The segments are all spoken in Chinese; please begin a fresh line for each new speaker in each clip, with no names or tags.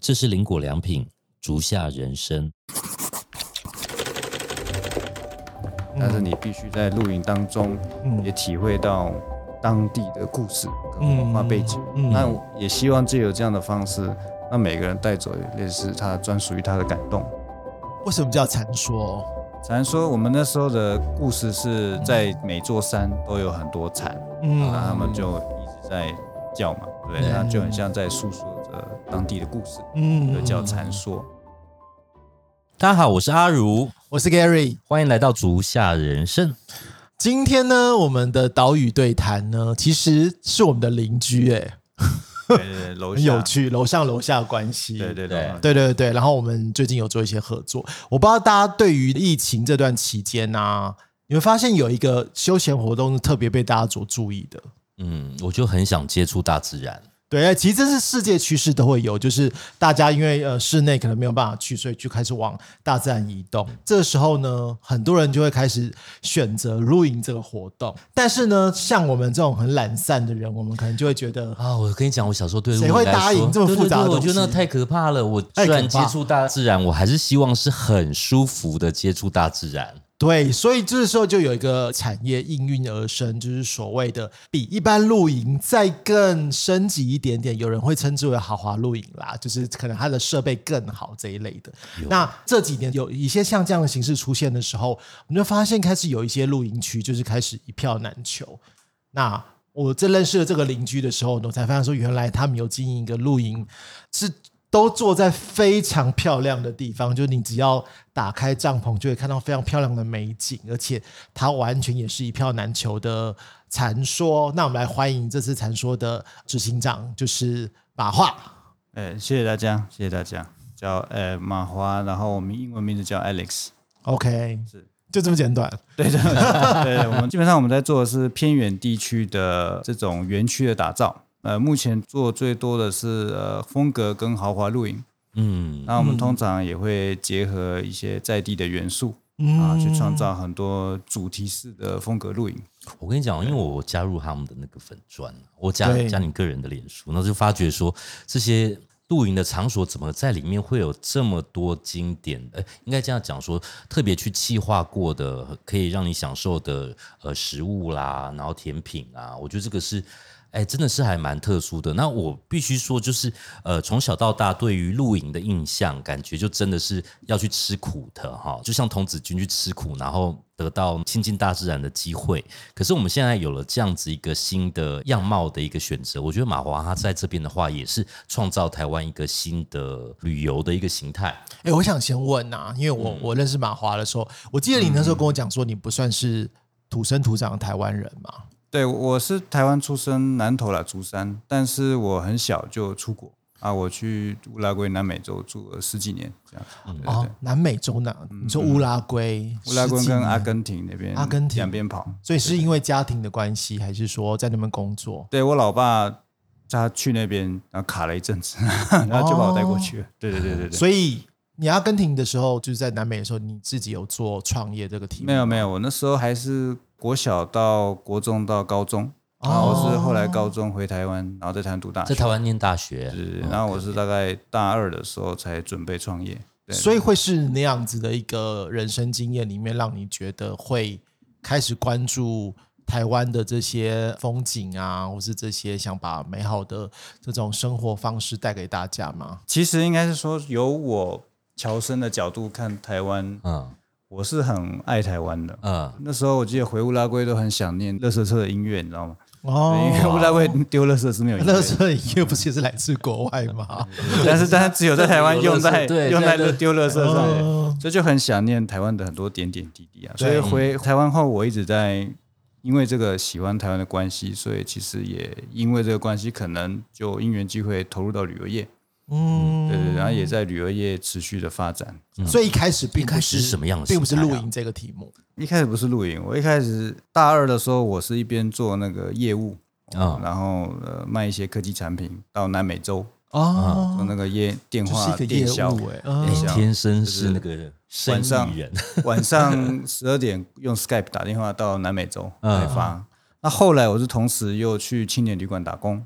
这是林果良品竹下人参。
但是你必须在露营当中也
嗯
体会到当地的故事跟文化背景。
嗯嗯
那也希望借由这样的方式，让每个人带走类似他专属于他的感动。
为什么叫传说？哦
禅说，我们那时候的故事是在每座山都有很多禅，
嗯
那他们就一直在叫嘛，对不对，
对
那就很像在诉说着当地的故事，
嗯
就叫禅 说。
大家好，我是阿如，
我是 Gary，
欢迎来到竹下人参。
今天呢，我们的岛屿对谈呢，其实是我们的邻居、哎，
对对对，楼
很
下
有，趣，楼上楼下的关系。
对
对
对对
啊对对对，然后我们最近有做一些合作，我不知道大家对于疫情这段期间呢、啊你们发现有一个休闲活动是特别被大家所注意的。
嗯，我就很想接触大自然。
对，哎其实这是世界趋势都会有，就是大家因为呃室内可能没有办法去，所以就开始往大自然移动。这时候呢，很多人就会开始选择露营这个活动。但是呢，像我们这种很懒散的人，我们可能就会觉得
啊，我跟你讲，我小时候对露
谁
营
会
来说
答应这么复杂
对对对
的东西
我觉得那太可怕了。我
太
虽
可怕
然接触大自然，我还是希望是很舒服的接触大自然。
对，所以这时候就有一个产业应运而生，就是所谓的比一般露营再更升级一点点，有人会称之为豪华露营啦，就是可能它的设备更好这一类的。那这几年有一些像这样的形式出现的时候，我们就发现开始有一些露营区就是开始一票难求。那我在认识了这个邻居的时候呢，我才发现说，原来他们有经营一个露营，是都坐在非常漂亮的地方，就是你只要打开帐篷，就会看到非常漂亮的美景，而且它完全也是一票难求的传说。那我们来欢迎这次传说的执行长，就是马化。
哎，谢谢大家，谢谢大家。叫呃马华，然后我们英文名字叫 Alex。
OK，
是
就这么简短。
对 对对，我们基本上我们在做的是偏远地区的这种园区的打造。呃，目前做最多的是呃风格跟豪华露营，
嗯，
那我们通常也会结合一些在地的元素
嗯
啊，去创造很多主题式的风格露营。
我跟你讲，因为我加入他们的那个粉砖，啊我加
对
加你个人的脸书，那就发觉说这些露营的场所怎么在里面会有这么多经典？呃，应该这样讲说，特别去气化过的，呃可以让你享受的呃食物啦，然后甜品啊，我觉得这个是。哎，真的是还蛮特殊的。那我必须说，就是呃，从小到大对于露营的印象，感觉就真的是要去吃苦的哈，就像童子军去吃苦，然后得到亲近大自然的机会。可是我们现在有了这样子一个新的样貌的一个选择，我觉得马华他在这边的话，也是创造台湾一个新的旅游的一个形态。
哎、我想先问啊，因为我、我认识马华的时候，我记得你那时候跟我讲说，你不算是土生土长的台湾人嘛？
对，我是台湾出生，南投啦，竹山，但是我很小就出国啊，我去乌拉圭南美洲住了十几年，这样。嗯对对
哦，南美洲呢？你说乌拉圭、
乌拉圭
十几
跟
年
阿根廷那边，
阿根廷
两边跑，
所以是因为家庭的关系，还是说在那边工作？
对我老爸他去那边，然后卡了一阵子， 然后就把我带过去了。对对对对对。
所以你阿根廷的时候，就是在南美的时候，你自己有做创业这个题目？
没有没有，我那时候还是国小到国中到高中，然后是后来高中回台湾，然后在台湾读哦大学。
在台湾念大学，
对，对对然后啊我是大概大二的时候才准备创业。对
所以会是那样子的一个人生经验里面，让你觉得会开始关注台湾的这些风景啊，或是这些想把美好的这种生活方式带给大家吗？
其实应该是说，由我乔生的角度看台湾，
嗯
我是很爱台湾的。
嗯，
那时候我记得回乌拉圭都很想念垃圾车的音乐，你知道吗？因为
哦，
乌拉圭丢垃圾是没有音乐
乐
的。
色音乐不是也是来自国外吗？
但是但是只有在台湾
对
用在
对
用在
对对
丢垃圾上
哦
面，所以就很想念台湾的很多点点滴滴啊。
对
所以回台湾后，我一直在因为这个喜欢台湾的关系，所以其实也因为这个关系，可能就因缘机会投入到旅游业，
嗯，
对对，对然后也在旅游业持续的发展。
所以一开始并
一开
不
始
是
是什么样的
并不是
心态
露
啊
营这个题目。
一开始不是露营，我一开始大二的时候，我是一边做那个业务。
啊
然后呃，卖一些科技产品到南美洲，
哦
做那个业电
就是
话
一个
电
业
销，
务哎、嗯
哎
想
天生是那个生
晚上
意人，
晚上十二点用 Skype 打电
嗯
话到南美洲来发。那后来我是同时又去青年旅馆打工，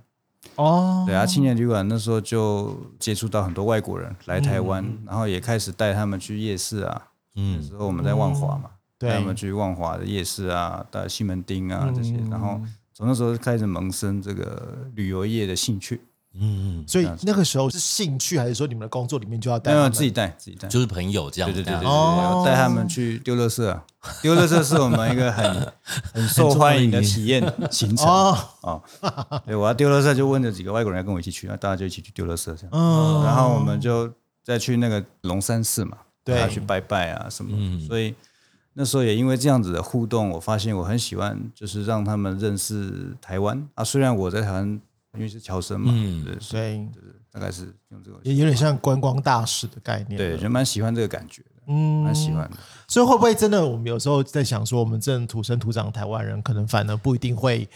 哦，
对啊，青年旅馆那时候就接触到很多外国人来台湾，
嗯
然后也开始带他们去夜市啊。那
嗯
时候我们在万华嘛，
对
带他们去万华的夜市啊，到西门町啊这些，
嗯
然后从那时候开始萌生这个旅游业的兴趣。
嗯嗯，
所以那个时候是兴趣，还是说你们的工作里面就要带
没
他们？
有自己带自己带，
就是朋友这样
对
子
对对对对，
哦
哦
对带他们去丢垃圾啊， 丢垃圾是我们一个很很受欢迎的体验行程
哦，
哦。对，我要丢垃圾就问了几个外国人跟我一起去，那大家就一起去丢垃圾这样。
嗯
然后我们就再去那个龙山寺嘛，
对
要去拜拜啊什么的。
嗯
所以那时候也因为这样子的互动，我发现我很喜欢，就是让他们认识台湾啊。虽然我在台湾因为是侨生嘛，
嗯
对，所以
对，
大概是用这个，
也有点像观光大使的概念。
对，，就蛮喜欢这个感觉的，
嗯
蛮喜欢的。
所以会不会真的，我们有时候在想说，我们这土生土长的台湾人，可能反而不一定会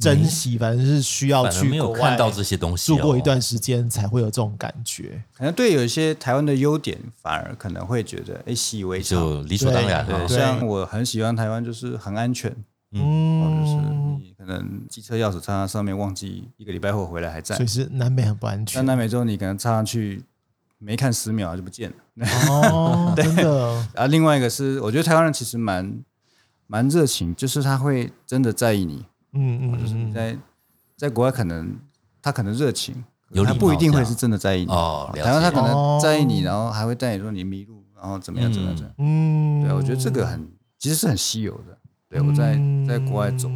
珍惜，反正是需要
反而
去
没有
国
看
外
到这些东西、
住
哦，
过一段时间才会有这种感觉。
可能对有一些台湾的优点，反而可能会觉得哎习以为常。
就理所当然
对，
了。
对
像我很喜欢台湾，就是很安全，哦，
嗯
就，是你可能机车钥匙插在上面，忘记一个礼拜后回来还在
所以。是南美很不安
但
全
南美洲你可能插上去没看十秒就不见了。
哦，真 的，
啊，另外一个是我觉得台湾人其实蛮蛮热情，就是他会真的在意你，
嗯
就是
嗯
你在在国外可能他可能热情，
有礼
他
貌
不一定
这
会
样
是真的在意你。
哦，了
台湾他
解
可能在意你，
哦
然后还会带你说你迷路，然后怎么样怎么样怎么样。
嗯，
对啊，我觉得这个很其实是很稀有的。对我在
嗯
在国外走，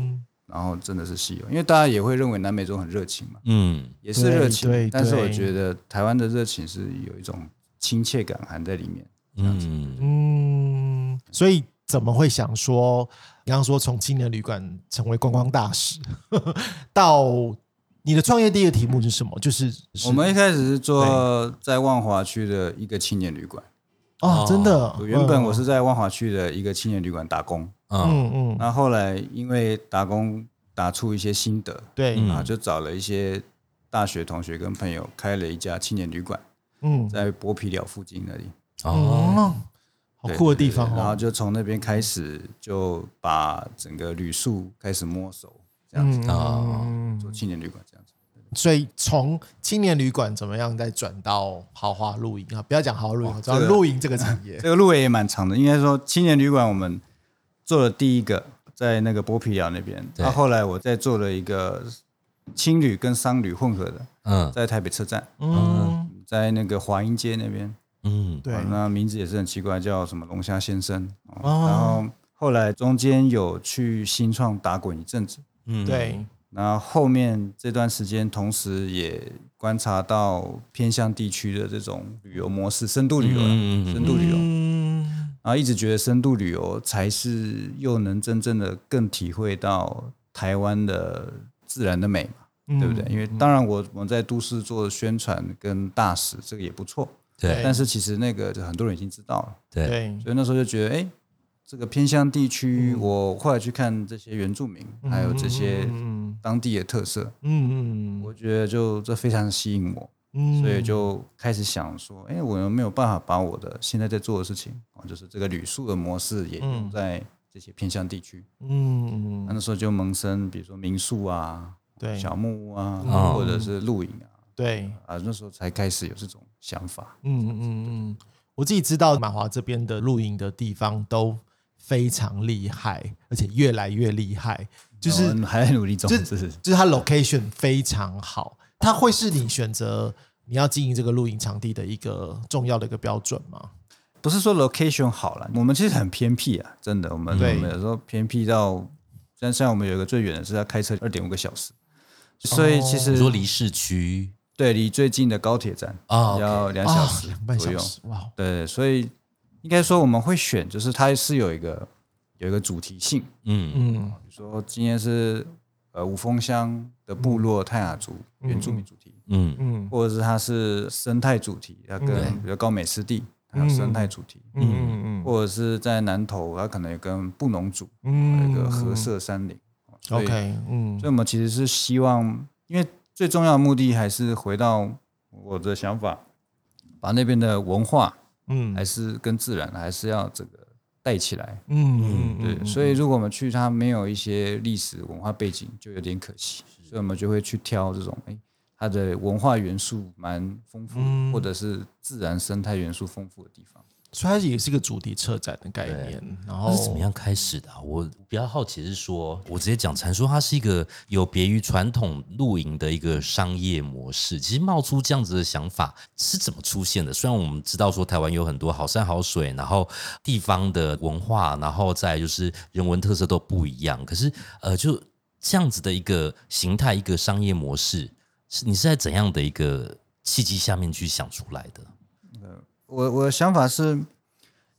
然后真的是稀有，因为大家也会认为南美洲很热情嘛，
嗯，
也是热
对对
情，但是我
对
觉得台湾的热情是有一种亲切感含在里面。
嗯
嗯，所以怎么会想说，你刚刚说从青年旅馆成为观光大使， 到你的创业第一个题目是什么？就是是
我们一开始是做在万华区的一个青年旅馆，
哦，真的，
我原本我是在万华区的一个青年旅馆打工，
嗯
嗯嗯嗯，
那后来因为打工打出一些心得
对，
嗯
啊，就找了一些大学同学跟朋友开了一家青年旅馆，
嗯
在剥皮寮附近那里，
哦，
哦，好酷的地方
然后
哦，
就从那边开始就把整个旅宿开始摸熟，这样子
嗯
哦
嗯，
做青年旅馆这样子。
所以从青年旅馆怎么样再转到豪华露营啊？不要讲豪华露营，只要
哦这个
露营这个产业，
这个路也也蛮长的，应该说青年旅馆我们做了第一个在那个剥皮寮那边，
对
那后来我再做了一个青旅跟商旅混合的，
嗯
在台北车站，
嗯，
在那个华阴街那边，
嗯，
对
哦，那名字也是很奇怪，叫什么龙虾先生。哦
哦
然后后来中间有去新创打滚一阵子，
嗯，
对，
然后后面这段时间，同时也观察到偏向地区的这种旅游模式，深度旅游啦，
嗯嗯嗯嗯
深度旅游，
嗯，
然后一直觉得深度旅游才是又能真正的更体会到台湾的自然的美嘛，
嗯
对不对？因为当然我我在都市做宣传跟大使，这个也不错，
对
但是其实那个就很多人已经知道了，
对，
对，
所以那时候就觉得，哎，这个偏向地区，我后来去看这些原住民，还有这些
嗯
当地的特色，
嗯
我觉得就这非常吸引我，
嗯
所以就开始想说，哎、我有没有办法把我的现在在做的事情，哦，就是这个旅宿的模式也用在这些偏向地区。
嗯
那那时候就萌生，比如说民宿啊、
对
小木屋啊，
嗯
或者是露营啊，
对，
啊，那时候才开始有这种想法。
嗯嗯嗯，我自己知道马华这边的露营的地方都非常厉害，而且越来越厉害，就是
我们还在努力中，
这
这是
就是它 location 非常好，它会是你选择你要经营这个露营场地的一个重要的一个标准吗？
不是说 location 好了？我们其实很偏僻啊，真的，我们
对
我们有时候偏僻到，像像我们有一个最远的是要开车二点五个小时，所以
哦
其
你
实
说离市区
对，离最近的高铁站
啊，
要两
啊
小时
两半
左
小
右。
时，哇，
对，所以应该说我们会选，就是它是有一个有一个主题性，比
嗯
嗯
如说今天是呃五峰乡的部落泰雅族原住民主题，
嗯
嗯
或者是它是生态主题，它跟
嗯
比如高美湿地它有生态主题，
嗯嗯嗯
或者是在南投它可能有跟布农族有
嗯，
一个合社山林。哦所以
OK，嗯
所以我们其实是希望，因为最重要的目的还是回到我的想法，把那边的文化
嗯
还是跟自然还是要这个带起来。
嗯
对，所以如果我们去它没有一些历史文化背景，就有点可惜，所以我们就会去挑这种哎它的文化元素蛮丰富的，
嗯
或者是自然生态元素丰富的地方。
所以它也是一个主题策展的概念。然后
它是怎么样开始的啊、我比较好奇是说，我直接讲禅说，它是一个有别于传统露营的一个商业模式。其实冒出这样子的想法是怎么出现的？虽然我们知道说台湾有很多好山好水，然后地方的文化，然后再来就是人文特色都不一样，可是呃，就这样子的一个形态、一个商业模式，是你是在怎样的一个契机下面去想出来的？
我我的想法是，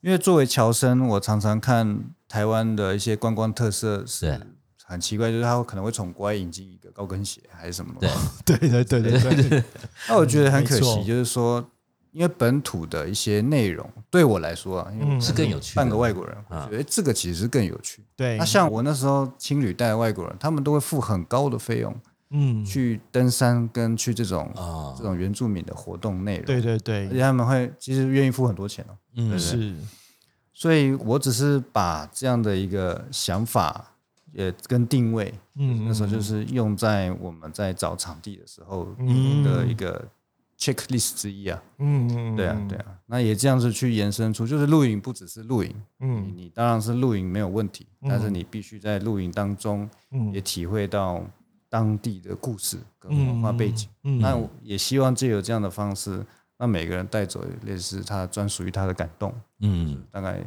因为作为侨生，我常常看台湾的一些观光特色
对
是很奇怪，就是它可能会从国外引进一个高跟鞋还是什么东西
对，
对对对对对对，
那我觉得很可
嗯没错
惜，就是说，因为本土的一些内容对我来说啊，因为
嗯
我
是更有趣的
半个外国人，我
啊
觉得这个其实是更有趣。
对
那像我那时候青旅带的外国人，他们都会付很高的费用
嗯，
去登山跟去这种
啊
这种原住民的活动内容，
对对
而
对，
且他们会其实愿意付很多钱哦。
嗯
是
所以我只是把这样的一个想法。也跟定位，
嗯
那时候就是用在我们在找场地的时候
嗯
的一个 checklist 之一啊。
嗯嗯
对啊，对啊，那也这样子去延伸出，就是露营不只是露营，你
嗯
你当然是露营没有问题，但是
嗯
你必须在露营当中
嗯
也体会到当地的故事跟文化背景。
嗯
那我也希望借由这样的方式，让每个人带走类似他专属于他的感动，
嗯。
大概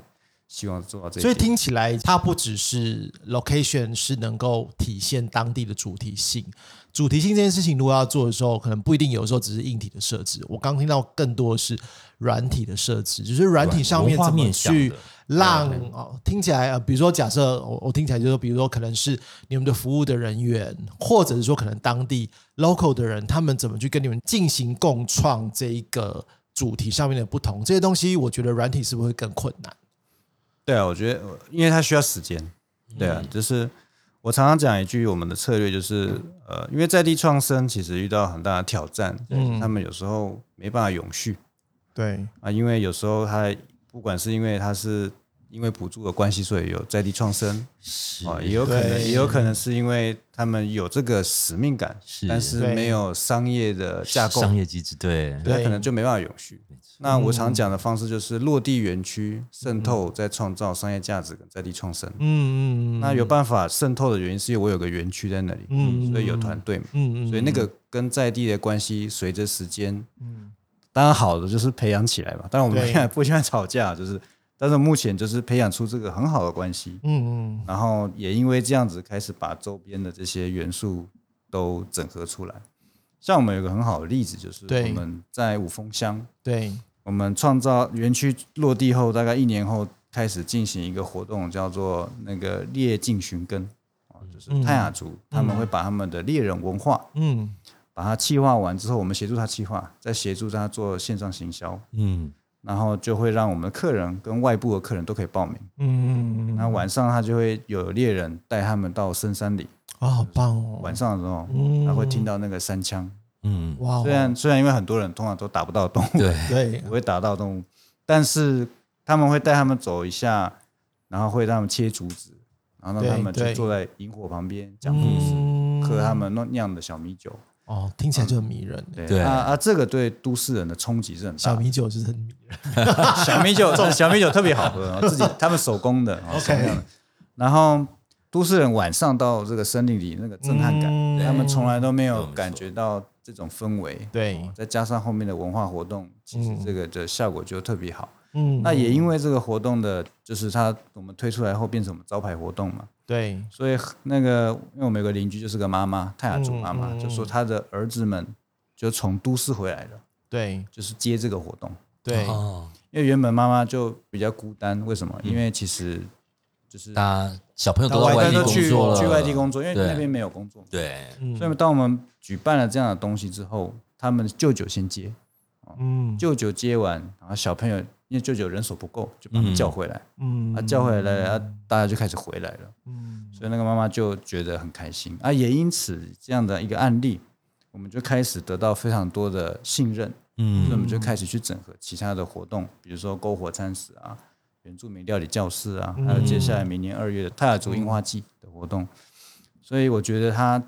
希望做到这一
所以
点。
听起来，它不只是 location 是能够体现当地的主题性。主题性这件事情，如果要做的时候，可能不一定有时候只是硬体的设置。我刚听到更多的是软体的设置，就是软体上面
文化
怎么
面向
去
的
让哦，听起来呃，比如说假设我我听起来就是，比如说可能是你们的服务的人员，或者是说可能当地 local 的人，他们怎么去跟你们进行共创这一个主题上面的不同，这些东西，我觉得软体是不是会更困难？
对啊，我觉得呃因为它需要时间。对啊，就是我常常讲一句，我们的策略就是呃，因为在地创生其实遇到很大的挑战，
嗯
他们有时候没办法永续。
对，
啊，因为有时候它不管是因为它是因为补助的关系，所以有在地创生啊，也有可能
对
也有可能是因为他们有这个使命感，
是
但是
对
没有商业的架构，
商业机制，对，
它
对
可能就没办法永续。那我常讲的方式就是落地园区渗透，再创造商业价值跟在地创生。
嗯嗯，嗯
那有办法渗透的原因是因为我有个园区在那里，
嗯
所以有团队嘛，
嗯嗯，
所以那个跟在地的关系随着时间当然好的就是培养起来嘛。当然我们
嗯对
现在 不喜欢吵架，就是，但是目前就是培养出这个很好的关系，
嗯嗯
然后也因为这样子开始把周边的这些元素都整合出来。像我们有个很好的例子，就是
对
我们在五峰乡，
对，
我们创造园区落地后，大概一年后开始进行一个活动，叫做那个猎境寻根，哦就是泰雅族，他们会把他们的猎人文化。
嗯
把它企划完之后，我们协助他企划，再协助他做线上行销，
嗯，
然后就会让我们的客人跟外部的客人都可以报名。
嗯嗯嗯，
那晚上他就会有猎人带他们到深山里，
啊，好棒哦，
晚上的时候
嗯，
他会听到那个山枪。
嗯嗯，
哇，
虽然虽然因为很多人通常都打不到动物，
对，
对
不会打到动物，但是他们会带他们走一下，然后会让他们切竹子，然后让他们
对对
去坐在萤火旁边讲故事，
嗯，
喝他们弄酿的小米酒。
哦，听起来就很迷人，
对
啊啊，这个对都市人的冲击是很大
小
的。
米酒是很迷人，
小米酒， 小米酒特别好喝， 哦自己他们手工的哦
OK
手工的然后都市人晚上到这个森林里，那个震撼感，
嗯
他们从来都没
对
有
没错
感觉到这种氛围。
对，
再加上后面的文化活动，其实
嗯
这个的效果就特别好。
嗯，
那也因为这个活动的，就是它我们推出来后变成我们招牌活动嘛，
对，
所以那个因为我们有个邻居就是个妈妈，泰雅族妈妈，
嗯嗯嗯
就说她的儿子们就从都市回来了，
对
就是接这个活动。
对，
哦，
因为原本妈妈就比较孤单，为什么？因为其实就是
大家小朋友嗯
到
都在外地
都
工
去
作了，
去外地工作，因为
对
那边没有工作。
对，
嗯
所以当我们举办了这样的东西之后，他们舅舅先接，
嗯
舅舅接完，然后小朋友因为舅舅人手不够，就把他们叫回来，
嗯
啊叫回来，啊大家就开始回来了。
嗯
所以那个妈妈就觉得很开心啊，也因此这样的一个案例，我们就开始得到非常多的信任。所以我
嗯
们就开始去整合其他的活动，比如说篝火餐食啊、原住民料理教室啊，还有接下来明年二月的泰雅族樱花季的活动。所以我觉得它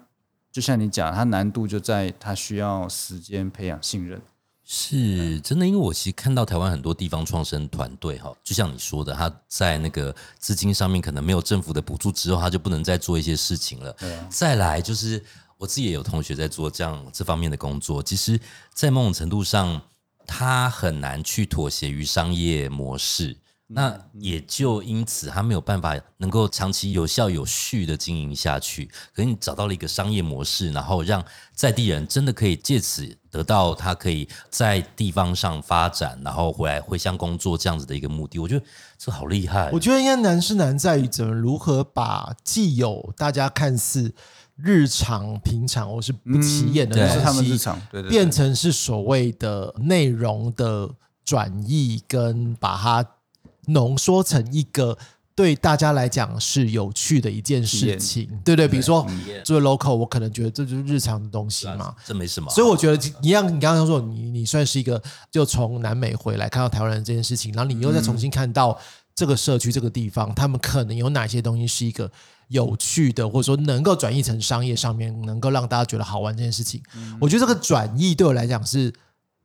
就像你讲，它难度就在它需要时间培养信任。
是真的，因为我其实看到台湾很多地方创生团队哈，就像你说的，他在那个资金上面可能没有政府的补助之后，他就不能再做一些事情了。再来就是我自己也有同学在做这样这方面的工作，其实，在某种程度上，他很难去妥协于商业模式。那
嗯
也就因此，他没有办法能够长期有效有序的经营下去。可是你找到了一个商业模式，然后让在地人真的可以借此得到他可以在地方上发展，然后回来回乡工作这样子的一个目的。我觉得这好厉害。
我觉得应该难是难在于怎么如何把既有大家看似日常平常或是不起眼的
嗯
东
对
西，
是他们日常对对对
变成是所谓的内容的转译，跟把它浓缩成一个。对大家来讲是有趣的一件事情，对对，比如说作为 local，我可能觉得这就是日常的东西嘛，
啊
啊
这没什么。
所以我觉得一样，你刚刚说你你算是一个就从南美回来看到台湾人这件事情，然后你又再重新看到这个社区这个地方，他们可能有哪些东西是一个有趣的，或者说能够转译成商业上面，能够让大家觉得好玩这件事情。我觉得这个转译对我来讲是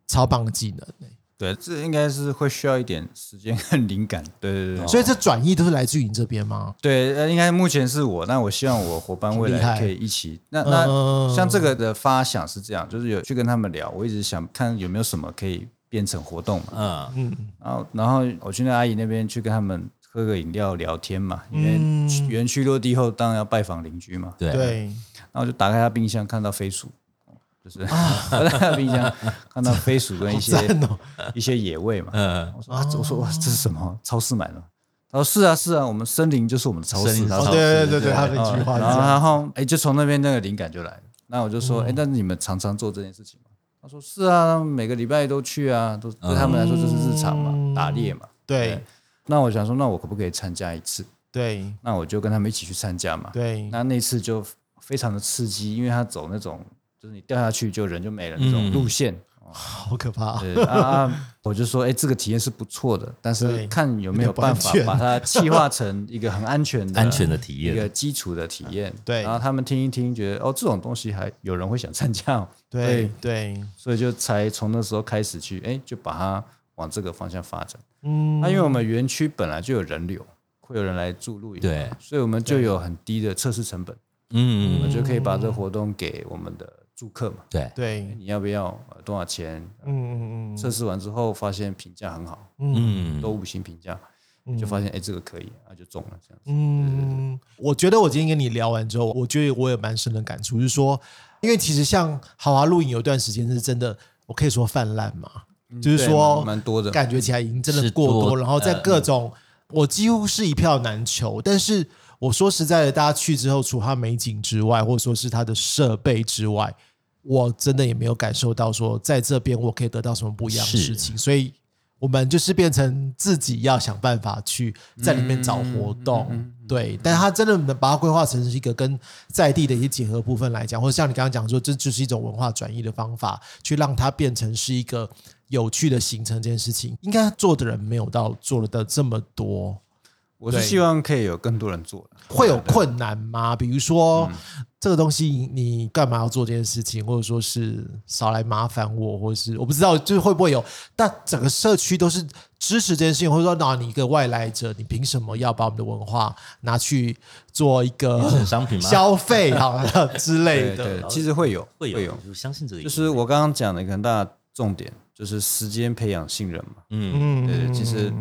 超棒的技能、欸
对，这应该是会需要一点时间跟灵感。对对对
所以这转译都是来自于你这边吗？
对，呃，应该目前是我，那我希望我伙伴未
厉害
来可以一起。那
嗯
那像这个的发想是这样，就是有去跟他们聊，我一直想看有没有什么可以变成活动嘛。
嗯，
然后然后我去那阿姨那边去跟他们喝个饮料聊天嘛，因
嗯
为园区落地后当然要拜访邻居嘛。
对啊
对，
然后我就打开他冰箱，看到飞鼠，就是 打开他冰箱看到飞鼠跟一些
啊好赞哦
一些野味嘛。
嗯，
我说啊，这我说哇，这是什么？超市买的？他说是啊是啊，我们森林就是我们的超
森
市
林。
他
超
说
市
哦，对对对对，
对
他的一句话是
然后
这样，嗯
然后哎，就从那边那个灵感就来了。那我就说，哎，那你们常常做这件事情吗？他说是啊，每个礼拜都去啊，都对他们来说这是日常
嗯
嘛，打猎嘛。
对
那我想说，那我可不可以参加一次？
对
那我就跟他们一起去参加嘛。
对，
那那次就非常的刺激，因为他走那种就是你掉下去就人就没了那种
嗯
路线。
好可怕，
对啊啊，我就说，哎、这个体验是不错的，但
对
是看有没
有
有
点不安
办法
全
把它气化成一个很安全的、
安全的体验
一个基础的体验。
啊对
然后他们听一听，觉得哦，这种东西还有人会想参加、 哦，
对对，
所以就才从那时候开始去，哎、就把它往这个方向发展。
嗯
那、因为我们园区本来就有人流，会有人来住露营，
对，
所以我们就有很低的测试成本，我
嗯，
们就可以把这个活动给我们的住客嘛。
对，
对，
你要不要？呃多少钱？
嗯嗯嗯
测试完之后发现评价很好，
嗯
嗯，
都五星评价，
嗯
就发现哎、这个可以，啊就中了这样子。
嗯，我觉得我今天跟你聊完之后，我觉得我也蛮深的感触，就是说，因为其实像豪华露营有一段时间是真的，我可以说泛滥嘛，就
嗯
是
对
说
蛮蛮多的
感觉起来已经真的
是
过多，
多
然后在各种、我几乎是一票难求，但是我说实在的，大家去之后，除它美景之外，或者说是它的设备之外，我真的也没有感受到说在这边我可以得到什么不一样的
是
事情，所以我们就是变成自己要想办法去在里面找活动，对。但它真的能把它规划成是一个跟在地的一些结合部分来讲，或者像你刚刚讲说，这就是一种文化转移的方法，去让它变成是一个有趣的行程。这件事情应该做的人没有到做了的这么多，
我是
对
希望可以有更多人做的，
会有困难吗？比如说、
嗯
这个东西你干嘛要做这件事情，或者说是少来麻烦我，或者是我不知道，就是会不会有？但整个社区都是支持这件事情，或者说，那你一个外来者，你凭什么要把我们的文化拿去做一个
衍生商品吗
消费好了之类
对
的
对，？其实会有
会有，我相信这个，
就是我刚刚讲的一个很大的重点，就是时间培养信任嘛。
嗯，
嗯
对，其实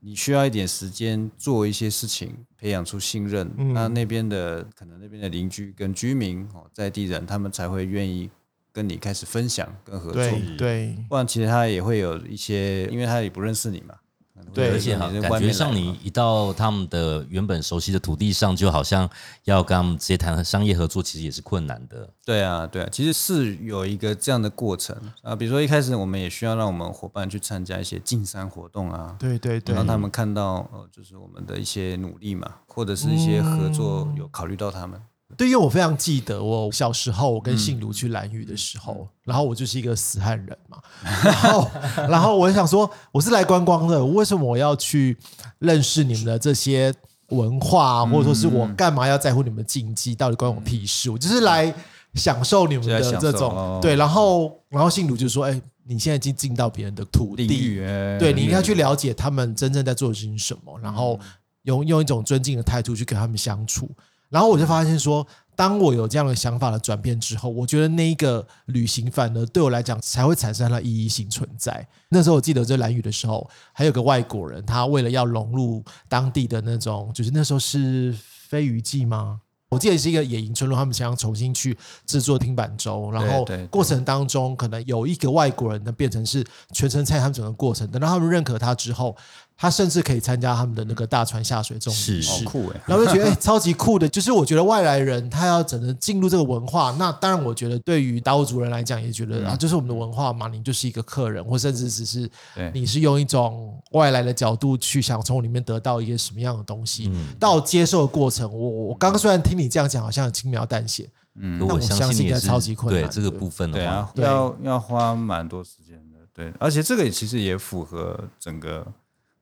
你需要一点时间做一些事情，培养出信任，
嗯
那那边的可能那边的邻居跟居民哦，在地人他们才会愿意跟你开始分享跟合作。
嗯对对
不然其实他也会有一些，因为他也不认识你嘛。可能会
对
有
而
一些
且好
你是
感
外
觉
面来
上
的
你一到他们的原本熟悉的土地上，就好像要跟他们直接谈商业合作，其实也是困难的。
对啊，对啊，其实是有一个这样的过程啊，比如说一开始我们也需要让我们伙伴去参加一些进山活动啊，
对对对
让，他们看到呃，就是我们的一些努力嘛，或者是一些合作
哦
有考虑到他们。
对，因为我非常记得我小时候，
嗯
我跟信如去蓝屿的时候，然后我就是一个死汉人嘛，然后然后我就想说，我是来观光的，为什么我要去认识你们的这些
嗯
文化啊，或者说是我干嘛要在乎你们的禁忌，到底关我屁事？我就是来。享受你们
就在
的
享
这
受
种、
哦
对，然后然后信徒就说：“哎、你现在已经进到别人的土
领
地，
域，哎
对你应该去了解他们真正在做的事情是什么，然后用用一种尊敬的态度去跟他们相处。然后我就发现说，当我有这样的想法的转变之后，我觉得那一个旅行反而对我来讲才会产生它的意义性存在。那时候我记得在蓝屿的时候，还有个外国人，他为了要融入当地的那种，就是那时候是飞鱼季吗？我记得是一个野营村落，他们想要重新去制作拼板舟，然后
对对
过程当中可能有一个外国人呢变成是全程参与他们整个过程，等到他们认可他之后，他甚至可以参加他们的那个大船下水这种仪
是
式
好。酷哎，
然后就觉得哎、超级酷的。就是我觉得外来人他要怎么进入这个文化，那当然我觉得对于达悟族人来讲，也觉得、
嗯
啊，就是我们的文化嘛，你就是一个客人，或甚至只是
对
你是用一种外来的角度去想从里面得到一些什么样的东西，
嗯
到接受的过程。我我刚刚虽然听你这样讲，好像很轻描淡写，
可
那
我
我相信
信
应
也
该
是
超级困
对
难
这个
的
部分
对
的
啊
话，，
对
要要花蛮多时间的，对，而且这个也其实也符合整个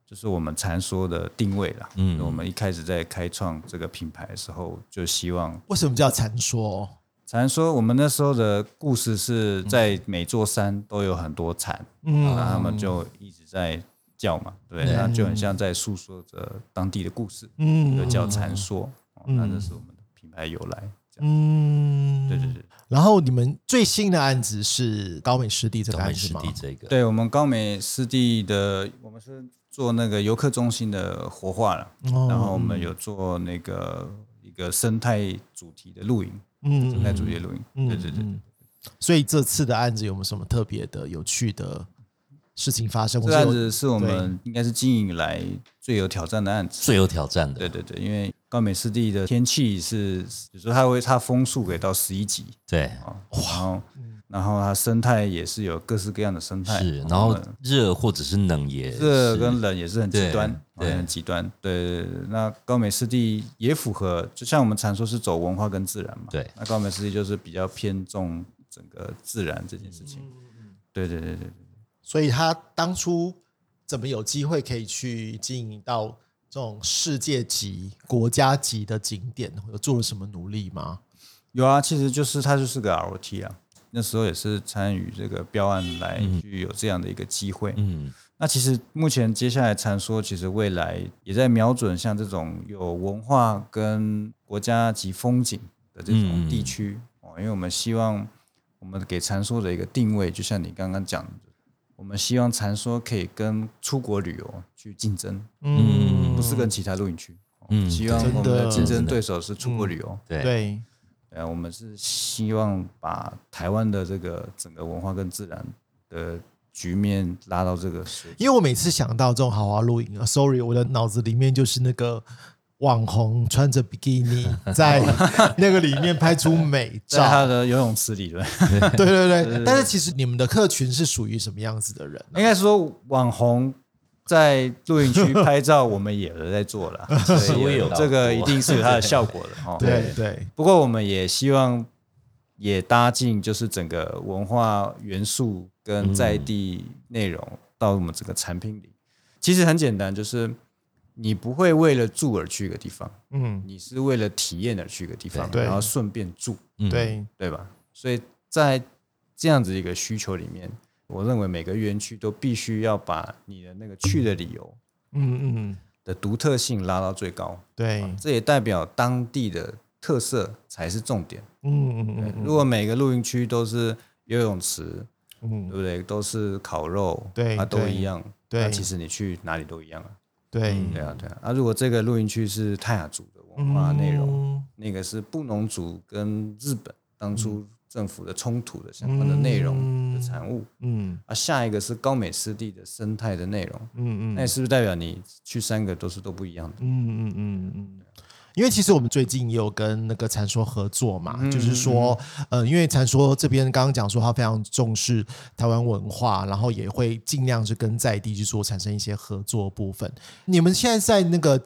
就是我们禅说的定位啦，
嗯
嗯，我们一开始在开创这个品牌的时候，就希望
为什么叫禅说？
禅说，我们那时候的故事是在每座山都有很多禅，
嗯
那啊他们就一直在叫嘛，对，
对
那就很像在诉说着当地的故事，就
嗯
叫禅说，哦
嗯
那这是我们的品牌由来，这样，
嗯，
对对对。
然后你们最新的案子是高美湿地这个
高
案
美
子
湿
吗？
地这个，
对我们高美湿地的，我们是做那个游客中心的活化了，
哦
然后我们有做那个一个生态主题的露营，
嗯
生态主题的露营，
嗯
对对对。
嗯所以这次的案子有没有什么特别的、有趣的事情发生？
这
或
个
者
案
有
子是我们应该是经营以来最有挑战的案子。
最有挑战的，
对对对，因为高美湿地的天气是，有时候它会它风速可以到十一级
对
啊，然后然后它生态也是有各式各样的生态，
嗯是，然
哎我
后
们
热或者是冷也
热
是
跟冷也是很极
对
端，哦
对
很极端。对，那高美湿地也符合，就像我们常说是走文化跟自然嘛。
对，
那高美湿地就是比较偏重整个自然这件事情。对对对对对，
所以他当初怎么有机会可以去经营到这种世界级、国家级的景点？有做了什么努力吗？
有啊，其实就是它就是个 ROT 啊。那时候也是参与这个标案来去有这样的一个机会。
嗯，
那其实目前接下来传说，其实未来也在瞄准像这种有文化跟国家级风景的这种地区、哦，因为我们希望我们给传说的一个定位，就像你刚刚讲的，我们希望传说可以跟出国旅游去竞争，
嗯
不是跟其他露营区。哦
嗯
希望我们
真
的
的
竞争
真的
对嗯手是出国旅游。
对
对，
呃，我们是希望把台湾的这个整个文化跟自然的局面拉到这个水
因为我每次想到这种豪华露营啊，sorry，我的脑子里面就是那个。网红穿着比基 尼在那个里面拍出 美
在他
照，
的游泳池里，对，
对啊对对。但是其实你们的客群是属于什么样子的人啊呢、
应该说网红在露营区拍照，我们也有在做了，所以
我也有
这个一定是有它的效果的哦。
对，对，
不过我们也希望也搭进就是整个文化元素跟在地内容到我们整个产品里。其实很简单，就是你不会为了住而去一个地方，
嗯，
你是为了体验而去一个地方，
对
然后顺便住，
嗯，
对，
对吧？所以在这样子一个需求里面，我认为每个园区都必须要把你的那个去的理由
嗯嗯，
的独特性拉到最高，
对，嗯
这也代表当地的特色才是重点。
嗯
对
嗯嗯
如果每个露营区都是游泳池，对
嗯，
不对？都是烤肉，
对
啊，都
对
一样。
对
那其实你去哪里都一样啊。
对，
对啊，对啊。啊，如果这个露营区是泰雅族的文
嗯
化内容，
容，
那个是布农族跟日本当初
嗯
政府的冲突的相关的内容的产物，
嗯
啊，下一个是高美湿地的生态的内容，
嗯嗯
那是不是代表你去三个都是都不一样的？
嗯嗯嗯嗯。因为其实我们最近也有跟那个禅说合作嘛，
嗯
就是说，呃，因为禅说这边刚刚讲说他非常重视台湾文化，然后也会尽量是跟在地去做产生一些合作部分。你们现在在那个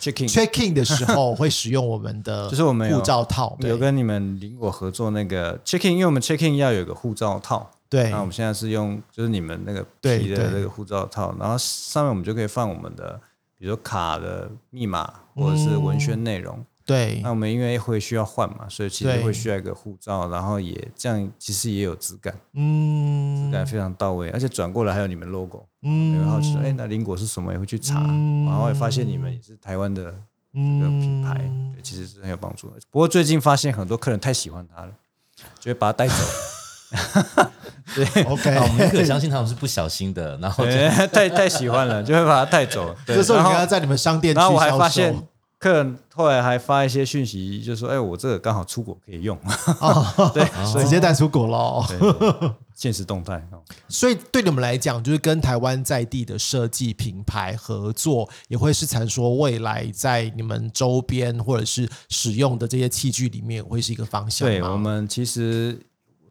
Chicken
check in 的时 候会使用我们的，
就是我们有
护照套，对
有跟你们邻国合作那个 Chicken，因为我们 Chicken 要有个护照套，
对
啊那我们现在是用就是你们那个
对
皮的
对
那个护照套，然后
嗯
上面我们就可以放我们的，比如说卡的密码或者是文宣内容。
对
那我们因为会需要换嘛，所以其实
对
会需要一个护照，然后也这样其实也有质感，质
嗯
感非常到位，而且转过来还有你们 logo，
嗯
你会好奇说，哎，那林果是什么？也会去查，
嗯
然后也发现你们也是台湾的这个品牌，
嗯
对，其实是很有帮助的。不过最近发现很多客人太喜欢它了，就会把它 带走。
啊，我们
，OK，
宁可相信他们是不小心的，然后就
对，太太喜欢了，就会把它带走。对
这时候
然
你
后
跟他在你们商店去
然后我还
销
发
售
现客人后来还发一些讯息，就说：“哎，我这个刚好出国可以用。
哦
对，
直接带出国喽。
对对现实动态哦，
所以对你们来讲，就是跟台湾在地的设计品牌合作，也会是阐说未来在你们周边或者是使用的这些器具里面，会是一个方向吗。
对我们其实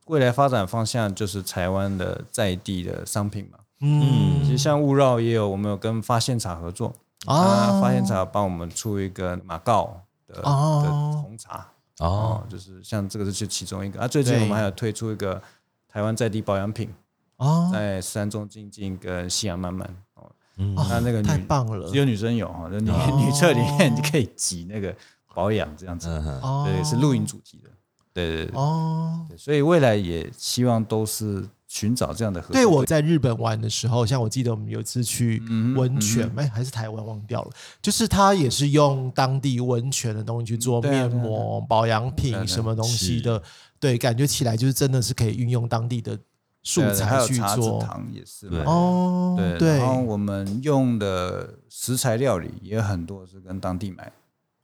未来发展方向就是台湾的在地的商品嘛。
嗯哦
其实像勿绕也有，我们有跟发现茶合作啊，发现茶帮我们出一个马告的
哦
的红茶
哦，
哦，就是像这个是其中一个啊。最近我
对
们还有推出一个台湾在地保养品，
哦，
在山中静静跟夕阳慢慢哦，
嗯
那那个女
太棒了哦
只有女生有哈，那女 女厕里面你可以挤那个保养这样子，
嗯哼，
哦，
对，是露营主题的，对对对
哦。
对，所以未来也希望都是寻找这样的合作。
对，我在日本玩的时候，像我记得我们有一次去温
嗯
泉，哎、还是台湾忘掉了，就是他也是用当地温泉的东西去做
对啊对啊
面膜、保养
对啊
品
对啊
什么东西的，对，感觉起来就是真的是可以运用当地的素
对还
材
有
去
茶
做
籽。糖也是
对
嘛，
哦，
对
对，
然后我们用的食材料理也很多是跟当地买的，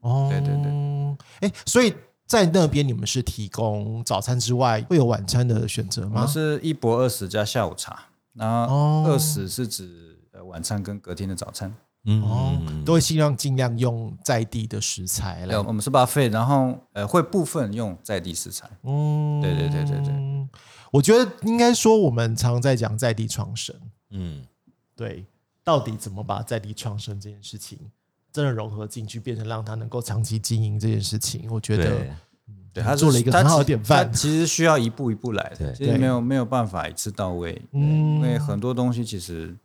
哦，
对对
对，哎，所以在那边你们是提供早餐之外，会有晚餐的选择
我
吗
们？是一博二十加下午茶，然
啊哦
后二十是指呃晚餐跟隔天的早餐。
嗯
哦
嗯，嗯
都会尽量尽量用在地的食材来
对，我们是 buffet，然后呃会部分用在地食材。
嗯，
对对对对
对，我觉得应该说我们常在讲在地创生，
嗯，
对，到底怎么把在地创生这件事情真的融合进去，变成让它能够长期经营这件事情，我觉
对
得，
对，它是
做了一个
它
很好的
其
典范
它其实需要一步一步来
对
的，其实没有没有办法一次到位，
嗯
因为很多东西其实，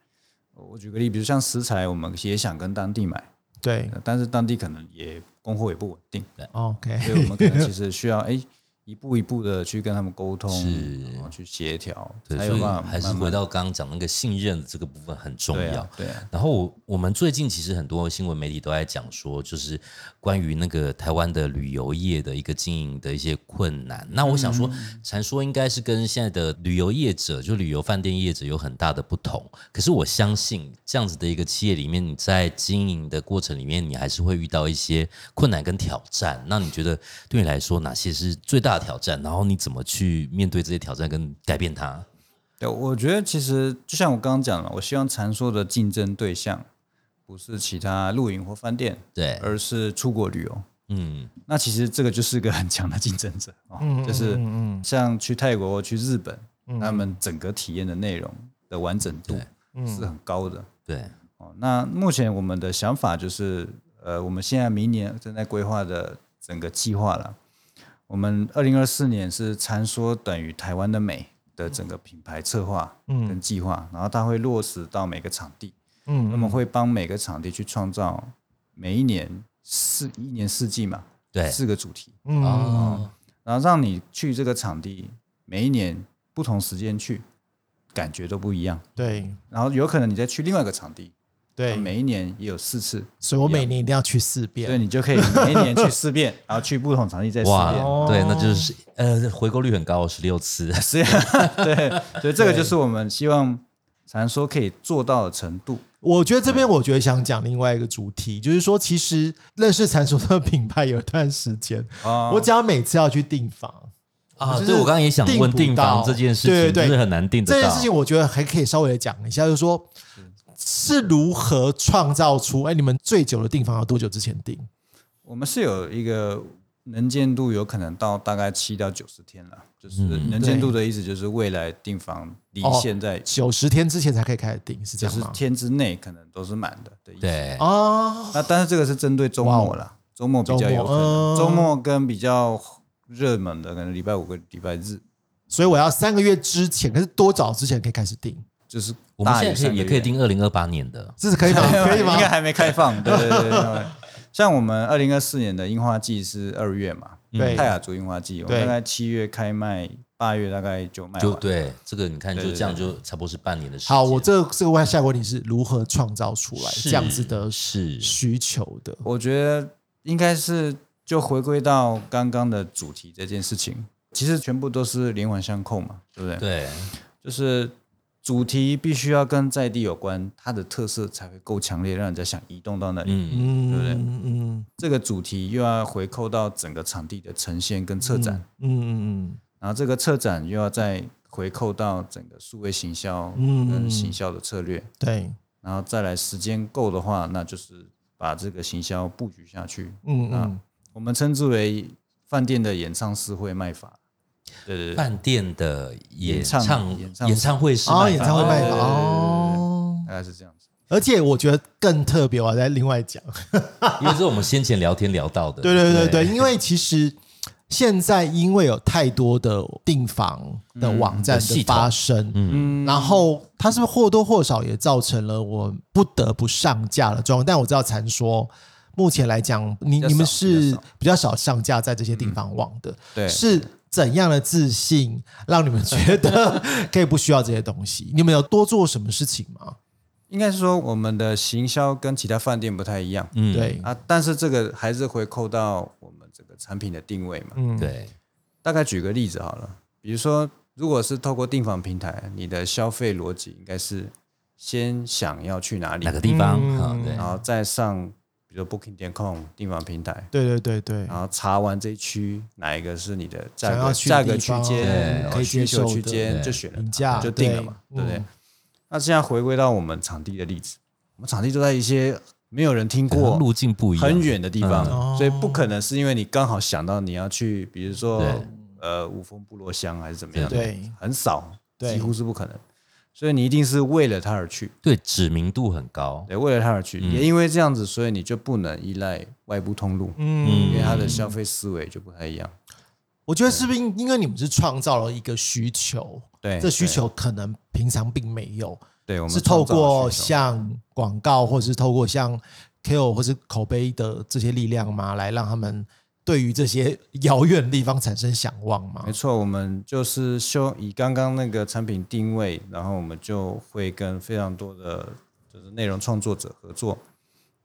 我举个例，比如像食材，我们也想跟当地买，
对
呃但是当地可能也供货也不稳定，所以
，OK，
我们可能其实需 要哎一步一步的去跟他们沟通，
是
然后去协调，
对，
才
所
有
以
办法
还是
慢慢
回到刚刚讲那个信任这个部分很重
对
要
啊。对啊
然后我我们最近其实很多新闻媒体都在讲说，就是关于那个台湾的旅游业的一个经营的一些困难。那我想说，传说应该是跟现在的旅游业者，就旅游饭店业者有很大的不同。可是我相信，这样子的一个企业里面，你在经营的过程里面，你还是会遇到一些困难跟挑战。那你觉得对你来说哪些是最大的挑战？然后你怎么去面对这些挑战跟改变它？
对，我觉得其实就像我刚刚讲了，我希望禅说的竞争对象不是其他露营或饭店，
对，
而是出国旅游。
嗯，
那其实这个就是个很强的竞争者哦，就是
嗯
像去泰国、去日本，他们整个体验的内容的完整度
嗯
是很高的
对，
哦。那目前我们的想法就是，呃，我们现在明年正在规划的整个计划了。我们二零二四年是禅说等于台湾的美的整个品牌策划跟计划，然后它会落实到每个场地，
嗯
那么会帮每个场地去创造每一年四一年四季嘛，
对，
四个主题，
嗯
哦，
然后让你去这个场地，每一年不同时间去，感觉都不一样。
对
然后有可能你再去另外一个场地，
对，
每一年也有四次，
所以我每年一定要去四遍
所以。你就可以每一年去四遍，然后去不同场 地再四
哇
遍。，
对，那就是呃，回购率很高，十六次。
是， 对，所以这个就是我们希望常说可以做到的程 度。
我觉得这边我觉得想讲另外一个主题，就是说，其实认识蟾蜍的品牌有一段时间，
啊
我只要每次要去订房
啊，
就是
对，我刚刚也想问
订
订
不到
房这件事
对对
情，
对
真的很难订得
这
到。
件事情，我觉得还可以稍微讲一下，就是说是如何创造出哎，你们最久的订房要多久之前订？
我们是有一个能见度，有可能到大概七到九十天了。就是
嗯
能见度的意思，就是未来订房离
哦
现在
九十天之前才可以开始订，是这
九十
样吗？
天之内可能都是满的的意思。
对，
啊，
那但是这个是针对周末啦，周末比较有可
哦
能，
周末嗯
周末跟比较热门的，可能礼拜五跟礼拜日，
所以我要三个月之前，可是多早之前可以开始订？
就是
我们
大于
现在可
三
以也
个月
可以订二零二八年的，
这是可以吗？可以吗
应？该还没开放，对对对对对。像我们二零二四年的樱花季是二月嘛，
对
嗯
泰雅族樱花季，我
对
们大概七月开卖，八月大概就卖完
就
了。
对这个，你看
对
就
对
这样，就差不多是半年的时间。
好，我这这个问下一个问题是如何创造出来
是
这样子的
是
需求的？
我觉得应该是就回归到刚刚的主题这件事情，其实全部都是连环相扣嘛，对不对？
对
就是主题必须要跟在地有关，它的特色才会够强烈，让人家想移动到那里。
嗯
嗯，
对不对
嗯嗯
这个主题又要回扣到整个场地的呈现跟策展，
嗯嗯
然后这个策展又要再回扣到整个数位行销
嗯
跟行销的策略，
对，
然后再来时间够的话，那就是把这个行销布局下去。
嗯嗯，
我们称之为饭店的演唱式会卖法。对对对，
饭店的演
演唱
唱
演唱
演唱会啊是
哦，
卖
演唱会
房
卖
对对
房
对
哦。
大概是这样子。
而且我觉得更特别，我再另外 讲，
因为这是我们先前聊天聊到的。
对对对对，因为其实现在因为有太多的订房的网站
系
的
统
发生，
嗯
然后它是不是或多或少也造成了我不得不上架的状况？但我知道禅说，目前来讲，
比
你
较少
你们
比
是
较少嗯
比较少上架在这些地方网的，
对
是怎样的自信让你们觉得可以不需要这些东西？你们有多做什么事情吗？
应该是说我们的行销跟其他饭店不太一样、
嗯
对，
啊，但是这个还是回扣到我们这个产品的定位嘛。
嗯，
对，
大概举个例子好了，比如说，如果是透过订房平台，你的消费逻辑应该是先想要去哪里
哪，个地方
嗯
啊？对
然后再上，比如 Booking 点 com 订房平台，
对对对对
然，后查完这一区哪一个是你的价
想要
格
去的
价格
地
区
方
间，
对
然后
可以接
需求
受
区
的
间
对
就选了
评
它
价
就定了嘛，
对
对不对
嗯？
那现在回归到我们场地的例子，我们场地都在一些没有人听
可能
过、
路径不一样，
很远的地
嗯
方，所以不可能是因为你刚好想到你要去，比如说
对
呃五峰部落乡还是怎么样，
对，
很少，
对
几乎是不可能。所以你一定是为了它而去，
对，知名度很高。
对，为了它而去，
嗯
也因为这样子，所以你就不能依赖外部通路，因为
嗯
它的消费思维就不太一样。
我觉得是不是因为你们是创造了一个需求，
对，
这需
对
求可能平常并没有，
对，我们
是透过
创造的需求
像广告，或者是透过像 KOL 或是口碑的这些力量吗，来让他们对于这些遥远的地方产生向往吗
没？错，我们就是修以刚刚那个产品定位，然后我们就会跟非常多的就是内容创作者合作，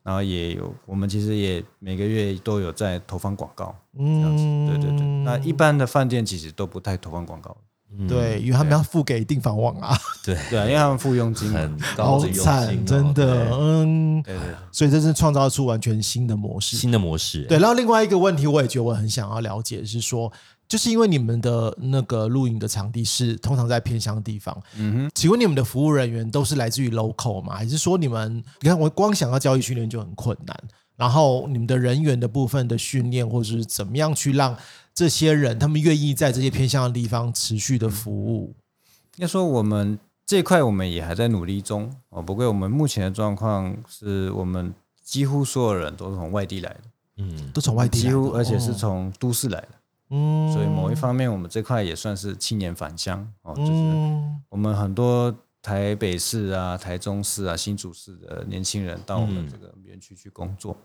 然后也有我们其实也每个月都有在投放广告，
嗯
这样子，对对对。那一般的饭店其实都不太投放广告，
对，
嗯
因为他们要付给订房网啊，
对，
对啊，因为他们付佣金嘛，
很高
好
的用心哦
惨，真的，
对
嗯，
对对对。
所以这是创造出完全新的模式。
新的模式。
对，然后另外一个问题，我也觉得我很想要了解是说，就是因为你们的那个露营的场地是通常在偏乡地方，嗯哼，请问你们的服务人员都是来自于 local 吗？还是说你们，你看我光想要教育训练就很困难，然后你们的人员的部分的训练，或者是怎么样去让这些人他们愿意在这些偏乡的地方持续的服务？
应该说我们这块我们也还在努力中哦。不过我们目前的状况是我们几乎所有人都是从外地来的，
嗯，
都从外地来
几
的
乎而且是
哦
从都市来的，
嗯
所以某一方面我们这块也算是青年返乡哦，就是
嗯
我们很多。台北市啊、台中市啊、新竹市的年轻人到我
嗯
们这个园区去工作，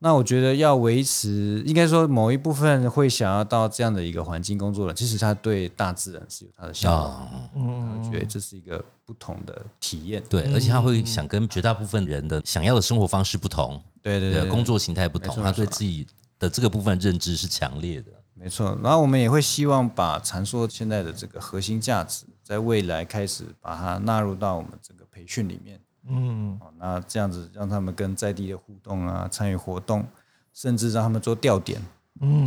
那我觉得要维持，应该说某一部分会想要到这样的一个环境工作的，其实他对大自然是有他的向往的，
啊，
嗯
我觉得这是一个不同的体验。
对，而且他会想跟绝大部分人的想要的生活方式不同，
对对
对，
对，
工作形态不同，
没错
他对自己的这个部分认知是强烈的。
没错。然后我们也会希望把禅说现在的这个核心价值，在未来开始把它纳入到我们这个培训里面。
嗯
哦，那这样子让他们跟在地的互动啊，参与活动，甚至让他们做调点。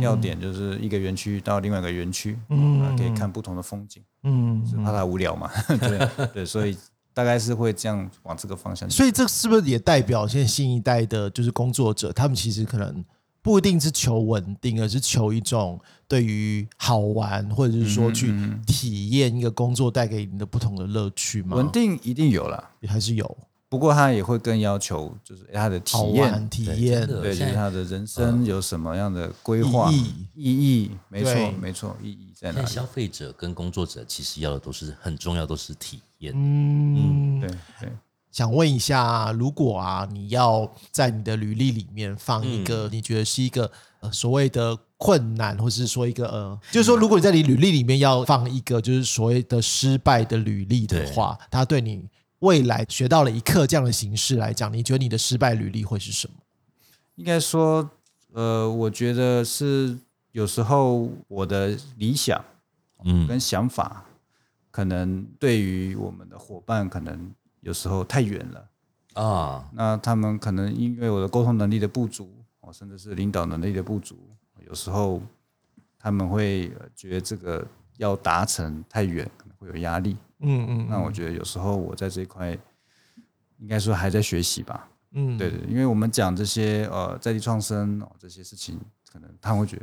调点就是一个园区到另外一个园区，
嗯
啊，可以看不同的风景，
嗯，
是怕他无聊嘛？ 对对，所以大概是会这样往这个方向去。
所以这是不是也代表现在新一代的，就是工作者，他们其实可能不一定是求稳定，而是求一种对于好玩，或者是说去体验一个工作带给你的不同的乐趣吗？
稳定一定有啦，
还是有
不过他也会更要求就是哎他的体
好
验
玩体
对
验
真的
对，就
现
是
在
他的人生有什么样的规划、
意
意义，没
对
错，没错，意义在哪
现在
里？
消费者跟工作者其实要的都是很重要，都是体验。
嗯，
对对，
想问一下，如果啊，你要在你的履历里面放一个
嗯
你觉得是一个、呃、所谓的困难，或是说一个
嗯
呃，就是说，如果你在你履历里面要放一个就是所谓的失败的履历的话，它对你未来学到了一课这样的形式来讲，你觉得你的失败履历会是什么？
应该说，呃，我觉得是有时候我的理想
嗯
跟想法，可能对于我们的伙伴，可能有时候太远了。
啊，
那他们可能因为我的沟通能力的不足，哦，甚至是领导能力的不足，有时候他们会呃觉得这个要达成太远，可能会有压力。
嗯嗯，
那我觉得有时候我在这一块，应该说还在学习吧。
嗯
对对，因为我们讲这些呃在地创生哦这些事情，可能他们会觉得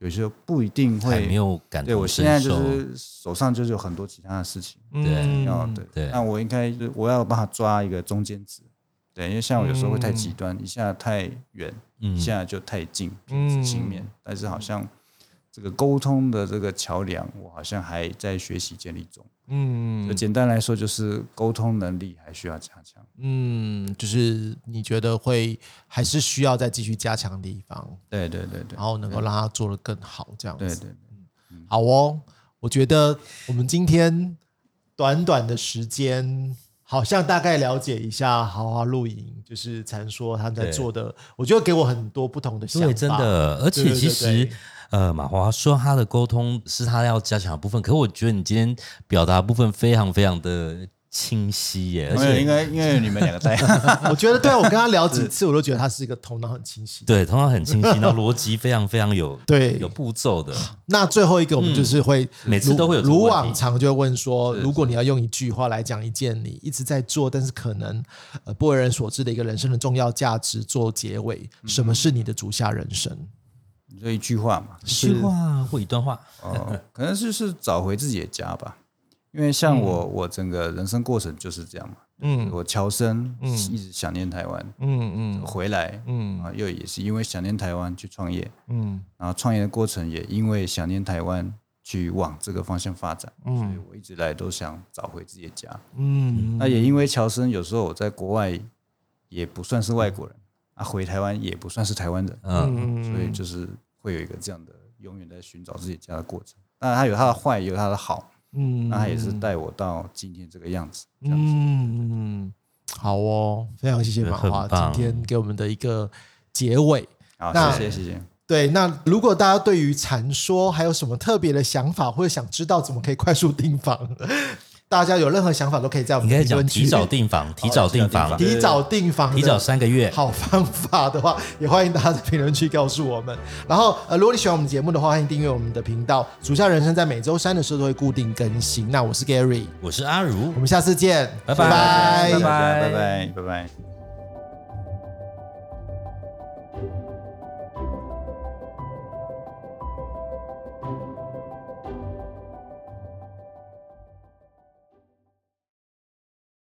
有些不一定
还
会
没有感
对我
同
现
身
在就
受，
是手上就是有很多其他的事情
嗯
对
要对，
嗯对
那我应该是我要有办法抓一个中间值，对，因为像我有时候会太极端，一下太远，
嗯
一下就太近，
嗯
平面，但是好像这个沟通的这个桥梁，我好像还在学习建立中。
嗯
就简单来说，就是沟通能力还需要加强。
嗯，就是你觉得会还是需要再继续加强的地方，
对对对对
然，后能够让它做得更好，这样子。
对对对，
好哦，我觉得我们今天短短的时间，好像大概了解一下豪华露营，就是禅说他们在
对
做的，我觉得给我很多不同的想法。
对，真的，而
对
且
对
其
对
实
对，
呃，马华说他的沟通是他要加强的部分，可我觉得你今天表达的部分非常非常的清晰耶，而
没有
且
应该因为你们两个 在，
我觉得对啊我跟他聊几次，我都觉得他是一个头脑很 清晰。
对，通常很清晰，然后逻辑非常非常有
对
有步骤的，
那最后一个，我们就是会、
嗯每次都会有这个
如
问题
往常就会问说，如果你要用一句话来讲一件你一直在做，但是可能呃不为人所知的一个人生的重要价值做结尾，
嗯
什么是你的足下人生？
你就一句话嘛，
一句话或一段话，
哦，可能就是找回自己的家吧。因为像我，我整个人生过程就是这样嘛。
嗯
我乔生，一直想念台湾，
嗯
回来，
嗯
啊，又也是因为想念台湾去创业，
嗯
然后创业的过程也因为想念台湾去往这个方向发展，所以我一直来都想找回自己的家。
嗯
那也因为乔生，有时候我在国外也不算是外国人，啊，回台湾也不算是台湾人，
嗯，
嗯
所以就是会有一个这样的永远在寻找自己家的过程。那他有他的坏，也有他的好，
嗯
那他也是带我到今天这个样子。这样子
嗯嗯，好哦，非常谢谢马华
很棒
今天给我们的一个结尾。那
好，谢谢谢谢。
对，那如果大家对于禅说还有什么特别的想法，或者想知道怎么可以快速订房，大家有任何想法都可以在我
应
们
该
的评
讲
论
提
区
早订 房，提早订房，
哦提早订房的，
提早三个月，
好方法的话，也欢迎大家在评论区告诉我们。然后，呃，如果你喜欢我们节目的话，欢迎订阅我们的频道。足下人生在每周三的时候都会固定更新。那我是 Gary，
我是阿如
我，们下次见，
拜拜
谢谢大家
拜
拜拜拜拜。